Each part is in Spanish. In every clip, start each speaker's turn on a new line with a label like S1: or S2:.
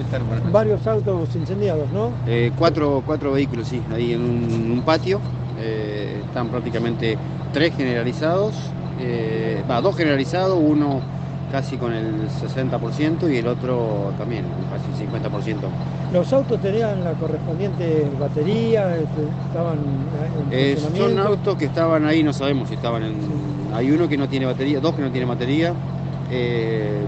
S1: estar para
S2: Varios autos incendiados, ¿no?
S1: Eh, cuatro, cuatro vehículos, sí, ahí en un, en un patio. Eh, están prácticamente tres generalizados, eh, va, dos generalizados, uno casi con el 60% y el otro también, casi el 50%.
S2: Los autos tenían la correspondiente batería, este, estaban en
S1: Eh, son
S2: funcionamiento.
S1: autos que estaban ahí, no sabemos si estaban en... Hay uno que no tiene batería, dos que no tienen batería, eh,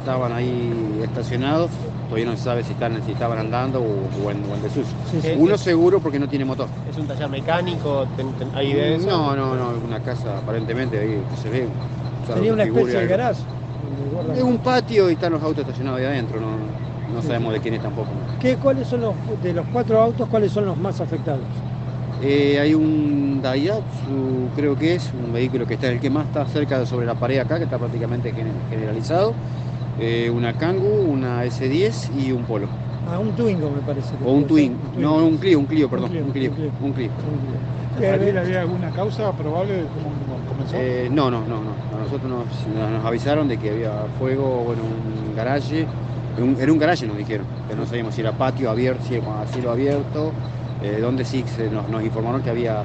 S1: estaban ahí estacionados, todavía no se sabe si, están, si estaban andando o, o en, o en desuso.
S2: Sí, sí.
S3: Eh,
S1: Uno seguro porque no tiene motor.
S3: ¿Es un taller mecánico? Ten- ten- ¿Hay de eso?
S1: No, no, no, una casa aparentemente ahí que se ve. o sea,
S2: Tenía una
S1: figura
S2: especie de
S1: algo.
S2: garage. Eh, donde guardan-
S1: Es un patio y están los autos estacionados ahí adentro, no, no sabemos de quién es tampoco.
S2: ¿Qué, ¿Cuáles son los, de los cuatro autos, cuáles son los más afectados?
S1: Eh, hay un Daihatsu, creo que es, un vehículo que está el que más está cerca de sobre la pared acá, que está prácticamente gen- generalizado. Eh, una Kangoo, una S10 y un Polo.
S2: Ah, un Twingo me parece. que
S1: O un
S2: puede ser.
S1: Twin. No, un Clio, un Clio,
S2: Un
S1: perdón.
S2: Clio,
S1: Un Clio.
S2: un Clio.
S1: Un Clio.
S2: Un Twingo. Eh,
S4: ¿Javier, ¿Había alguna causa probable de cómo comenzó?
S1: Eh, no, no, no, no. A nosotros nos, nos avisaron de que había fuego, bueno, un garaje. En un, en un garaje nos dijeron, que no sabíamos si era patio abierto, si era a cielo abierto, eh, donde sí se nos, nos informaron que había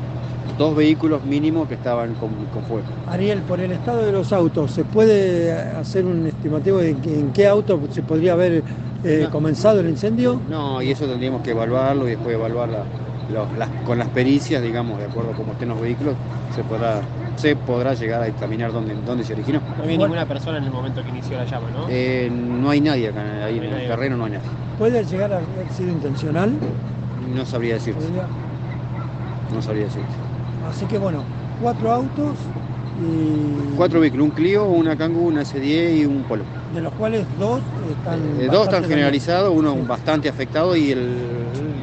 S1: dos vehículos mínimos que estaban con, con fuego.
S2: Ariel, por el estado de los autos, ¿se puede hacer un estimativo de que- en qué auto se podría haber eh,
S1: No.
S2: comenzado el incendio?
S1: No, y eso tendríamos que evaluarlo y después evaluar la- los- las- con las pericias, digamos, de acuerdo a cómo estén los vehículos, se podrá, se podrá llegar a examinar dónde, dónde se originó.
S3: No había ninguna persona en el momento que inició la llama, ¿no?
S1: Eh, no hay nadie acá, ahí
S3: No hay
S1: en el
S3: nadie.
S1: terreno no hay nadie.
S2: ¿Puede llegar a haber sido intencional?
S1: No sabría decirte,
S2: Podría-
S1: no sabría decirte.
S2: Así que bueno, cuatro autos y
S1: Cuatro vehículos, un Clio, una Kangoo, una S10 y un Polo.
S2: de los cuales dos están
S1: Eh, dos están
S2: bastante dañados.
S1: generalizados, uno
S2: Sí.
S1: bastante afectado y el